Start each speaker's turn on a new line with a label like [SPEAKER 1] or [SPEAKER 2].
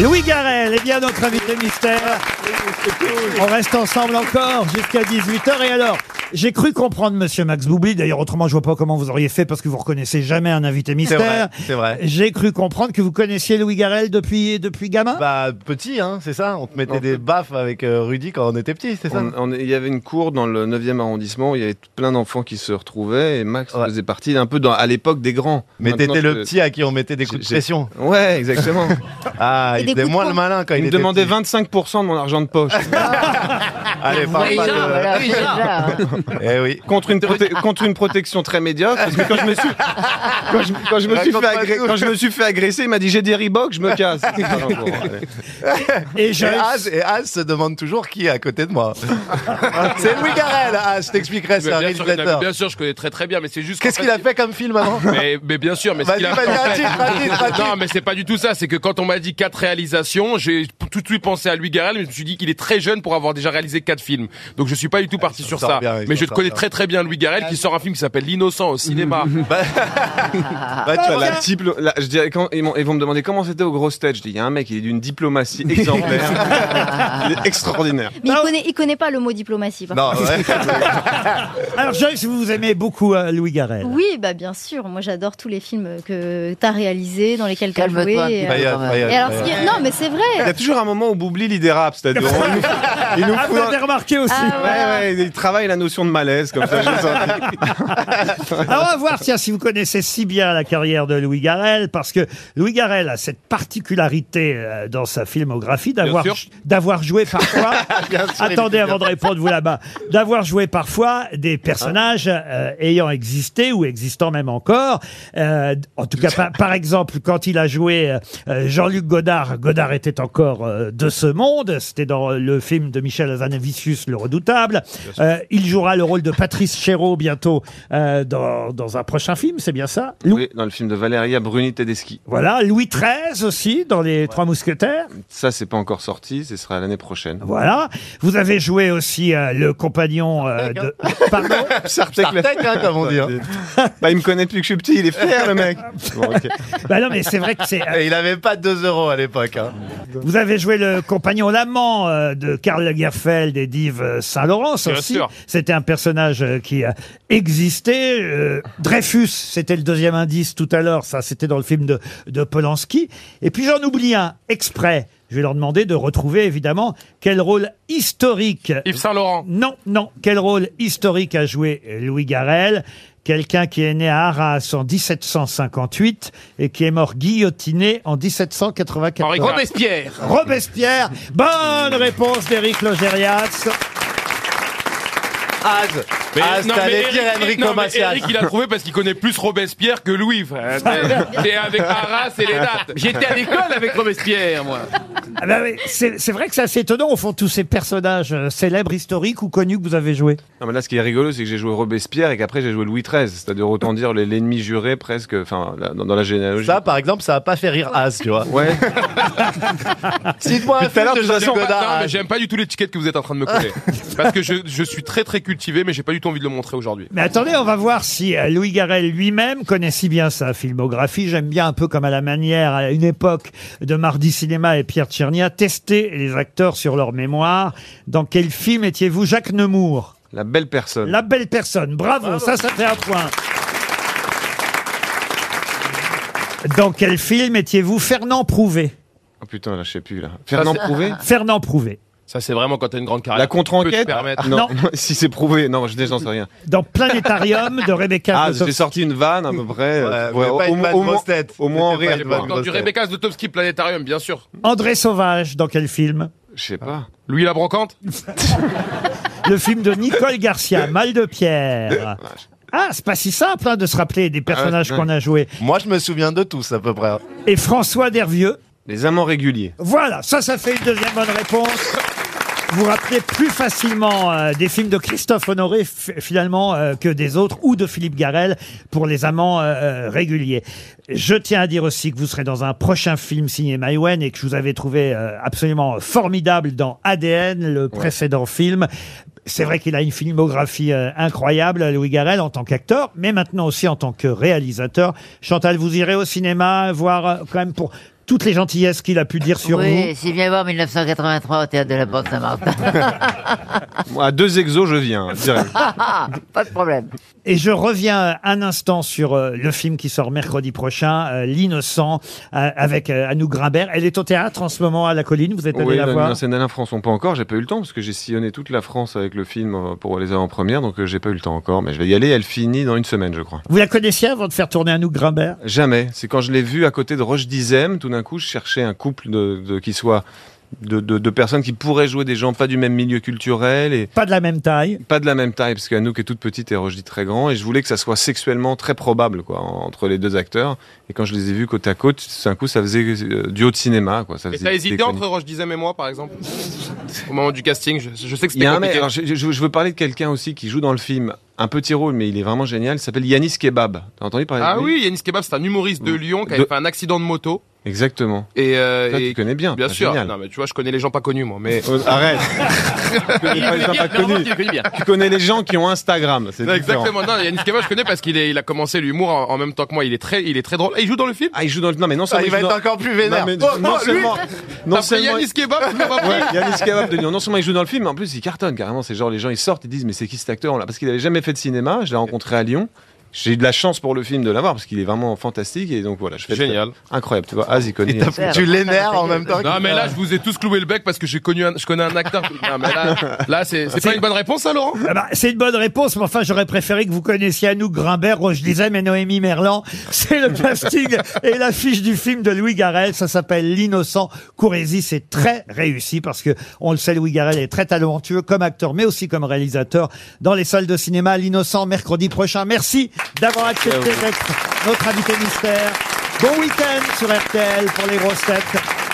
[SPEAKER 1] Louis Garel est bien notre invité mystère. On reste ensemble encore jusqu'à 18h. Et alors, j'ai cru comprendre Monsieur Max Boubli. D'ailleurs, autrement, je vois pas comment vous auriez fait parce que vous reconnaissez jamais un invité
[SPEAKER 2] C'est
[SPEAKER 1] mystère.
[SPEAKER 2] vrai, c'est vrai.
[SPEAKER 1] J'ai cru comprendre que vous connaissiez Louis Garel depuis, depuis gamin.
[SPEAKER 2] Bah petit, hein, c'est ça. On te mettait des baffes avec euh, Rudy quand on était petit, c'est ça.
[SPEAKER 3] On- on- Il y avait une cour dans le 9e arrondissement où il y avait tout- plein d'enfants qui se retrouvaient et Max
[SPEAKER 2] Ouais.
[SPEAKER 3] faisait partie un peu dans, à l'époque des grands.
[SPEAKER 2] Mais
[SPEAKER 3] Maintenant,
[SPEAKER 2] t'étais
[SPEAKER 3] je-
[SPEAKER 2] le petit à qui on mettait des coups de
[SPEAKER 3] j'ai-
[SPEAKER 2] pression.
[SPEAKER 3] Ouais, exactement.
[SPEAKER 2] Ah,
[SPEAKER 4] Et
[SPEAKER 2] il
[SPEAKER 4] des
[SPEAKER 2] était
[SPEAKER 4] coups de
[SPEAKER 2] moins
[SPEAKER 4] poing.
[SPEAKER 2] le malin quand
[SPEAKER 3] Il
[SPEAKER 2] il
[SPEAKER 3] me
[SPEAKER 2] était
[SPEAKER 3] demandait
[SPEAKER 2] petit.
[SPEAKER 3] 25% de mon argent de poche.
[SPEAKER 2] Allez, parle pas de-
[SPEAKER 5] voilà, déjà.
[SPEAKER 2] Eh oui.
[SPEAKER 3] contre, une prote- contre une protection très médiocre. Parce que quand je me suis, quand je, quand je me suis, fait,
[SPEAKER 2] Raconte pas
[SPEAKER 3] agré-
[SPEAKER 2] tout.
[SPEAKER 3] quand je me suis fait agresser, il m'a dit j'ai des Reebok, je me casse.
[SPEAKER 2] euh,
[SPEAKER 1] Et je...
[SPEAKER 2] Et Az, et Az se demande toujours qui est à côté de moi. c'est Louis Garrel. Ah, je t'expliquerai, c'est un
[SPEAKER 6] Mais bien, sûr, que-
[SPEAKER 2] réalisateur.
[SPEAKER 6] bien sûr, je connais très très bien, mais c'est juste.
[SPEAKER 2] Qu'est-ce
[SPEAKER 6] qu'en
[SPEAKER 2] qu'il a fait comme film avant
[SPEAKER 6] mais, mais bien sûr, mais ce
[SPEAKER 2] Vas-y,
[SPEAKER 6] qu'il a
[SPEAKER 2] vas-y, un titre, un titre, un titre.
[SPEAKER 6] Non, mais c'est pas du tout ça. C'est que quand on m'a dit quatre réalisations, j'ai tout de suite pensé à Louis Garrel, mais je me suis dit qu'il est très jeune pour avoir déjà réalisé quatre films. Donc je suis pas du tout parti
[SPEAKER 2] s'en
[SPEAKER 6] sur
[SPEAKER 2] sort
[SPEAKER 6] ça.
[SPEAKER 2] bien, il
[SPEAKER 6] mais
[SPEAKER 2] s'en
[SPEAKER 6] je te
[SPEAKER 2] sort
[SPEAKER 6] connais
[SPEAKER 2] bien.
[SPEAKER 6] très très bien Louis Garrel qui sort un film qui s'appelle L'innocent au cinéma.
[SPEAKER 2] Bah, bah, tu vois,
[SPEAKER 3] La
[SPEAKER 2] la-
[SPEAKER 3] diplo- la- je dirais, quand, ils, m'ont- ils vont me demander comment c'était au gros stage. Je dis il y a un mec, il est d'une diplomatie exemplaire. il est extraordinaire.
[SPEAKER 4] Mais
[SPEAKER 1] Non.
[SPEAKER 4] il connaît, il connaît pas le mot diplomatie. par
[SPEAKER 2] Non, ouais.
[SPEAKER 1] Alors, Joyce, vous aimez beaucoup euh, Louis Garel.
[SPEAKER 4] contre. Oui, bah bien sûr. Moi, j'adore tous les films que t'as réalisés, dans lesquels t'as joué.
[SPEAKER 5] Calme-toi,
[SPEAKER 4] Et,
[SPEAKER 5] Pierre.
[SPEAKER 2] Fayette,
[SPEAKER 4] euh,
[SPEAKER 2] Fayette,
[SPEAKER 4] et alors, ce
[SPEAKER 2] Fayette.
[SPEAKER 4] qui est- non, mais c'est
[SPEAKER 3] Il y a
[SPEAKER 4] vrai.
[SPEAKER 3] toujours un moment où Boubli lit des raps, c'est-à-dire on- il nous- il nous
[SPEAKER 1] Ah, vous
[SPEAKER 3] fout un-
[SPEAKER 1] l'avez remarqué aussi.
[SPEAKER 4] Ah,
[SPEAKER 3] Ouais,
[SPEAKER 4] voilà.
[SPEAKER 3] ouais, il travaille la notion de malaise comme ça. je le sens.
[SPEAKER 1] Alors, on va voir tiens, si vous connaissez si bien la carrière de Louis Garel, parce que Louis Garel a cette particularité euh, dans sa filmographie d'avoir
[SPEAKER 6] sûr.
[SPEAKER 1] d'avoir joué parfois. Attendez avant de répondre vous là-bas, d'avoir joué parfois des personnages euh, ayant existé ou existant même encore. Euh, en tout cas, par, par exemple, quand il a joué euh, Jean-Luc Godard, Godard était encore euh, de ce monde. C'était dans le film de Michel Hazanavicius, Le Redoutable. Euh, il jouera le rôle de Patrice Chéreau bientôt euh, dans, dans un prochain film, c'est bien ça Lou-
[SPEAKER 3] Oui, dans le film de Valeria Bruni Tedeschi.
[SPEAKER 1] Voilà, Louis XIII aussi dans Les Trois Mousquetaires.
[SPEAKER 3] Ça, c'est pas encore sorti, ce sera l'année prochaine.
[SPEAKER 1] Voilà. Vous avez joué aussi euh, le compagnon euh, de... Pardon
[SPEAKER 2] Sartec, hein, comme on dit. hein.
[SPEAKER 3] Bah, il me connaît depuis que je suis petit, il est fier, le mec. Bon, ok.
[SPEAKER 1] Bah non, mais c'est vrai que c'est... euh,
[SPEAKER 2] Et il avait pas 2 euros à l'époque. hein.
[SPEAKER 1] Vous avez joué le compagnon, l'amant euh, de Karl Lagerfeld et d'Yves euh, Saint-Laurent ça
[SPEAKER 6] Bien
[SPEAKER 1] aussi.
[SPEAKER 6] sûr.
[SPEAKER 1] C'était un personnage euh, qui euh, existait. Euh, Dreyfus, c'était le deuxième indice tout à l'heure. Ça, c'était dans le film de, de Polanski. Et puis j'en oublie un, exprès. Je vais leur demander de retrouver, évidemment, quel rôle historique...
[SPEAKER 6] Yves Saint Laurent.
[SPEAKER 1] Non, non. Quel rôle historique a joué Louis Garel Quelqu'un qui est né à Arras en 1758 et qui est mort guillotiné en 1794.
[SPEAKER 6] Henri
[SPEAKER 2] Robespierre.
[SPEAKER 1] Robespierre. Bonne réponse d'Éric Logérias.
[SPEAKER 2] Az.
[SPEAKER 6] Mais-
[SPEAKER 2] Az,
[SPEAKER 6] non, mais
[SPEAKER 2] t'allais
[SPEAKER 6] Eric-
[SPEAKER 2] dire
[SPEAKER 6] non,
[SPEAKER 2] Enrico
[SPEAKER 6] mais
[SPEAKER 2] Macias.
[SPEAKER 6] Eric, il a trouvé parce qu'il connaît plus Robespierre que Louis. frère. C'est- C'est avec Arras et les dates. J'étais à l'école avec Robespierre, moi.
[SPEAKER 1] Ah ben oui, c'est c'est vrai que c'est assez étonnant, au fond, tous ces personnages euh, célèbres, historiques ou connus que vous avez joués.
[SPEAKER 3] Non, mais là, ce qui est rigolo, c'est que j'ai joué Robespierre et qu'après, j'ai joué Louis XIII. C'est-à-dire, autant dire les- l'ennemi juré presque, enfin, la- dans, dans la généalogie.
[SPEAKER 2] Ça, par exemple, ça va pas fait rire Az, tu vois.
[SPEAKER 3] Ouais.
[SPEAKER 2] Cite-moi un
[SPEAKER 3] Tout à
[SPEAKER 2] film
[SPEAKER 3] l'heure,
[SPEAKER 2] de
[SPEAKER 3] de toute
[SPEAKER 2] Jean-Luc
[SPEAKER 3] façon, hein.
[SPEAKER 2] Godard.
[SPEAKER 6] Non, mais
[SPEAKER 2] Az.
[SPEAKER 6] j'aime pas du tout l'étiquette que vous êtes en train de me coller. Parce que je, je suis très très cultivé, mais j'ai pas du tout envie de le montrer aujourd'hui.
[SPEAKER 1] Mais attendez, on va voir si euh, Louis Garel lui-même connaît si bien sa filmographie. J'aime bien un peu comme à la manière, à une époque de Mardi Cinéma et Pierre Tchernia, tester les acteurs sur leur mémoire. Dans quel film étiez-vous Jacques Nemours
[SPEAKER 3] La belle personne.
[SPEAKER 1] La belle personne, bravo, ça, ça fait un point. Dans quel film étiez-vous Fernand Prouvé
[SPEAKER 3] Oh putain, là, je sais plus, là. Fernand Prouvé
[SPEAKER 1] Fernand Prouvé.
[SPEAKER 6] Ça, c'est vraiment quand t'as une grande carrière.
[SPEAKER 3] La contre-enquête
[SPEAKER 6] Tu peux te permettre.
[SPEAKER 3] Ah, Non, si c'est prouvé. Non, je n'en sais rien.
[SPEAKER 1] Dans Planétarium de Rebecca
[SPEAKER 3] Ah, j'ai
[SPEAKER 1] Zotowski.
[SPEAKER 3] sorti une vanne, à peu près.
[SPEAKER 2] Ouais,
[SPEAKER 3] euh,
[SPEAKER 2] mais pas une vanne
[SPEAKER 3] moins-
[SPEAKER 2] grosse tête.
[SPEAKER 3] au moins en
[SPEAKER 2] C'était pas
[SPEAKER 3] rire.
[SPEAKER 2] une
[SPEAKER 3] tu
[SPEAKER 2] vanne
[SPEAKER 3] vois.
[SPEAKER 6] Quand du Rebecca Zlotowski Planétarium, bien sûr.
[SPEAKER 1] André Sauvage, dans quel film
[SPEAKER 3] Je sais pas.
[SPEAKER 6] Louis la brocante
[SPEAKER 1] Le film de Nicole Garcia, Mal de Pierre. Ah, c'est pas si simple hein, de se rappeler des personnages
[SPEAKER 3] ouais.
[SPEAKER 1] qu'on a joués.
[SPEAKER 2] Moi, je me souviens de tous, à peu
[SPEAKER 3] Ah,
[SPEAKER 2] près.
[SPEAKER 1] Et François Dervieux.
[SPEAKER 3] Les amants réguliers.
[SPEAKER 1] Voilà, ça, ça fait une deuxième bonne réponse. Vous rappelez plus facilement euh, des films de Christophe Honoré f- finalement euh, que des autres ou de Philippe Garel pour les amants euh, euh, réguliers. Je tiens à dire aussi que vous serez dans un prochain film signé Maïwen et que je vous avais trouvé euh, absolument formidable dans ADN, le précédent film. C'est vrai qu'il a une filmographie euh, incroyable, Louis Garel, en tant qu'acteur, mais maintenant aussi en tant que réalisateur. Chantal, vous irez au cinéma voir euh, quand même pour toutes les gentillesses qu'il a pu dire sur
[SPEAKER 5] oui, s'il vient voir 1983 au théâtre de la Porte Saint-Martin.
[SPEAKER 3] Moi, à deux exos, je viens, hein, direct.
[SPEAKER 5] Pas de problème.
[SPEAKER 1] vous. Et je reviens un instant sur euh, le film qui sort mercredi prochain, euh, L'Innocent, euh, avec euh, Anouk Grimbert. Elle est au théâtre en ce moment à La Colline, vous êtes allé
[SPEAKER 3] Oui,
[SPEAKER 1] la
[SPEAKER 3] la
[SPEAKER 1] voir
[SPEAKER 3] scène d'Alain Françon, pas encore, j'ai pas eu le temps parce que j'ai sillonné toute la France avec le film euh, pour les avant-premières, donc euh, j'ai pas eu le temps encore, mais je vais y aller, elle finit dans une semaine, je crois.
[SPEAKER 1] Vous la connaissiez avant de faire tourner Anouk Grimbert
[SPEAKER 3] Jamais. C'est quand je l'ai vu à côté de Roche Dizem, tout d'un coup, je cherchais un couple de, de- qui soit de, de- de personnes qui pourraient jouer des gens pas du même milieu culturel et
[SPEAKER 1] Pas de la même taille.
[SPEAKER 3] pas de la même taille, parce qu'Anouk est toute petite et Roche dit très grand, et je voulais que ça soit sexuellement très probable, quoi, en- entre les deux acteurs. Et quand je les ai vus côte à côte, tout d'un coup, ça faisait euh, duo de cinéma, quoi. Ça
[SPEAKER 6] Et
[SPEAKER 3] faisait
[SPEAKER 6] t'as hésité
[SPEAKER 3] déconner.
[SPEAKER 6] entre Roche Dizem et moi, par exemple Au moment du casting, je, je sais que
[SPEAKER 3] Il y
[SPEAKER 6] c'était
[SPEAKER 3] a un mec,
[SPEAKER 6] compliqué.
[SPEAKER 3] alors, je, je- je veux parler de quelqu'un aussi qui joue dans le film, un petit rôle, mais il est vraiment génial, il s'appelle Yanis Kebab. T'as entendu parler de
[SPEAKER 6] Ah
[SPEAKER 3] lui
[SPEAKER 6] oui, Yanis Kebab, c'est un humoriste de Lyon qui
[SPEAKER 3] hein, Mm.
[SPEAKER 6] avait
[SPEAKER 3] De-
[SPEAKER 6] fait un accident de moto.
[SPEAKER 3] Exactement.
[SPEAKER 6] Et, euh,
[SPEAKER 3] Toi,
[SPEAKER 6] et-
[SPEAKER 3] tu connais bien.
[SPEAKER 6] bien
[SPEAKER 3] Ah,
[SPEAKER 6] sûr.
[SPEAKER 3] génial.
[SPEAKER 6] Non, mais tu vois, je connais les gens pas connus, moi. Mais
[SPEAKER 3] Euh, arrête. tu, connais pas les gens pas connus. Tu connais les gens qui ont Instagram, c'est
[SPEAKER 6] Non,
[SPEAKER 3] différent.
[SPEAKER 6] exactement. Non, Yannick Kebab, je connais parce qu'il est- il a commencé l'humour en, en même temps que moi. Il est très, il est très drôle. Et il joue dans le film.
[SPEAKER 3] Ah, il joue dans le. Non, mais non
[SPEAKER 2] Ah,
[SPEAKER 3] seulement.
[SPEAKER 2] il va
[SPEAKER 3] joue
[SPEAKER 2] être
[SPEAKER 3] dans-
[SPEAKER 2] encore plus
[SPEAKER 3] Non,
[SPEAKER 2] vénère.
[SPEAKER 3] mais
[SPEAKER 2] Oh,
[SPEAKER 3] non
[SPEAKER 2] oh, lui
[SPEAKER 3] seulement. Non
[SPEAKER 6] T'as pris
[SPEAKER 3] seulement.
[SPEAKER 6] Yanis Kebab, tu l'as pas pris
[SPEAKER 3] Ouais, Yanis Kebab de Lyon. Non seulement il joue dans le film, mais en plus il cartonne carrément. C'est genre les gens ils sortent, ils disent mais c'est qui cet acteur là Parce qu'il avait jamais fait de cinéma. Je l'ai rencontré à Lyon. J'ai eu de la chance pour le film de l'avoir parce qu'il est vraiment fantastique et donc voilà. Je fais
[SPEAKER 6] Génial.
[SPEAKER 3] Incroyable, tu vois. Ah, Ziconi.
[SPEAKER 2] Tu l'énerves en même temps.
[SPEAKER 6] Non mais là je vous ai tous cloué le bec parce que j'ai connu un, je connais un acteur. Non mais là, là c'est c'est pas une bonne réponse ça Laurent
[SPEAKER 1] Ah bah, c'est une bonne réponse, mais enfin, j'aurais préféré que vous connaissiez Anouk Grimbert, oh, Roche Dizem et Noémie Merlan. C'est le casting et l'affiche du film de Louis Garrel. Ça s'appelle L'innocent. Courez-y, c'est très réussi parce que, on le sait, Louis Garrel est très talentueux comme acteur, mais aussi comme réalisateur dans les salles de cinéma. L'innocent, mercredi prochain. Merci d'avoir accepté d'être notre invité mystère. Bon week-end sur RTL pour les grosses têtes.